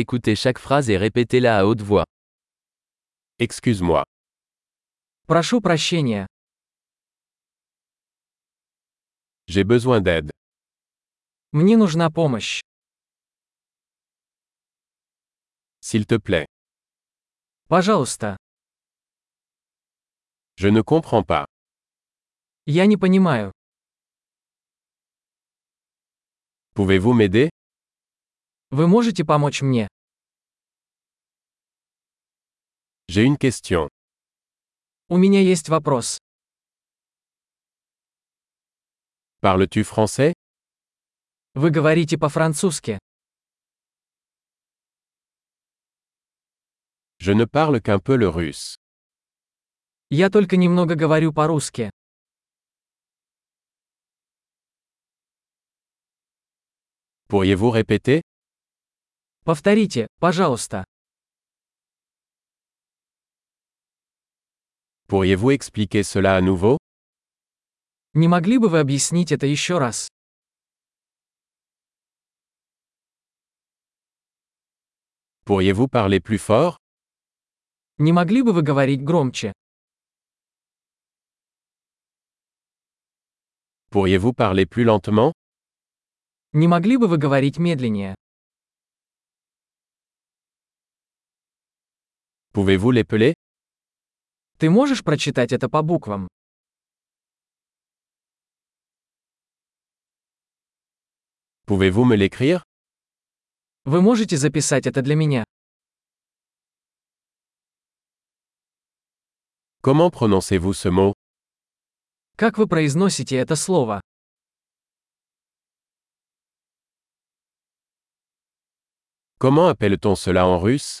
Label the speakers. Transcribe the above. Speaker 1: Écoutez chaque phrase et répétez-la à haute voix.
Speaker 2: Excuse-moi.
Speaker 3: Прошу прощения.
Speaker 2: J'ai besoin d'aide.
Speaker 3: Мне нужна помощь.
Speaker 2: S'il te plaît.
Speaker 3: Пожалуйста.
Speaker 2: Je ne comprends pas.
Speaker 3: Я не понимаю.
Speaker 2: Pouvez-vous m'aider
Speaker 3: Вы можете помочь мне?
Speaker 2: J'ai une question.
Speaker 3: У меня есть вопрос.
Speaker 2: Parles-tu français
Speaker 3: Вы говорите по-французски.
Speaker 2: Je ne parle qu'un peu le russe.
Speaker 3: Я только немного говорю по-русски.
Speaker 2: Pourriez-vous répéter
Speaker 3: Повторите, пожалуйста.
Speaker 2: Pourriez-vous expliquer cela à nouveau
Speaker 3: Не могли бы вы объяснить это еще раз?
Speaker 2: Pourriez-vous parler plus fort
Speaker 3: Не могли бы вы говорить громче?
Speaker 2: Pourriez-vous parler plus lentement
Speaker 3: Не могли бы вы говорить медленнее?
Speaker 2: Pouvez-vous l'épeler
Speaker 3: Ты можешь прочитать это по буквам?
Speaker 2: Pouvez-vous me l'écrire
Speaker 3: Вы можете записать это для меня.
Speaker 2: Comment prononcez-vous ce mot
Speaker 3: Как вы произносите это слово?
Speaker 2: Comment appelle-t-on cela en russe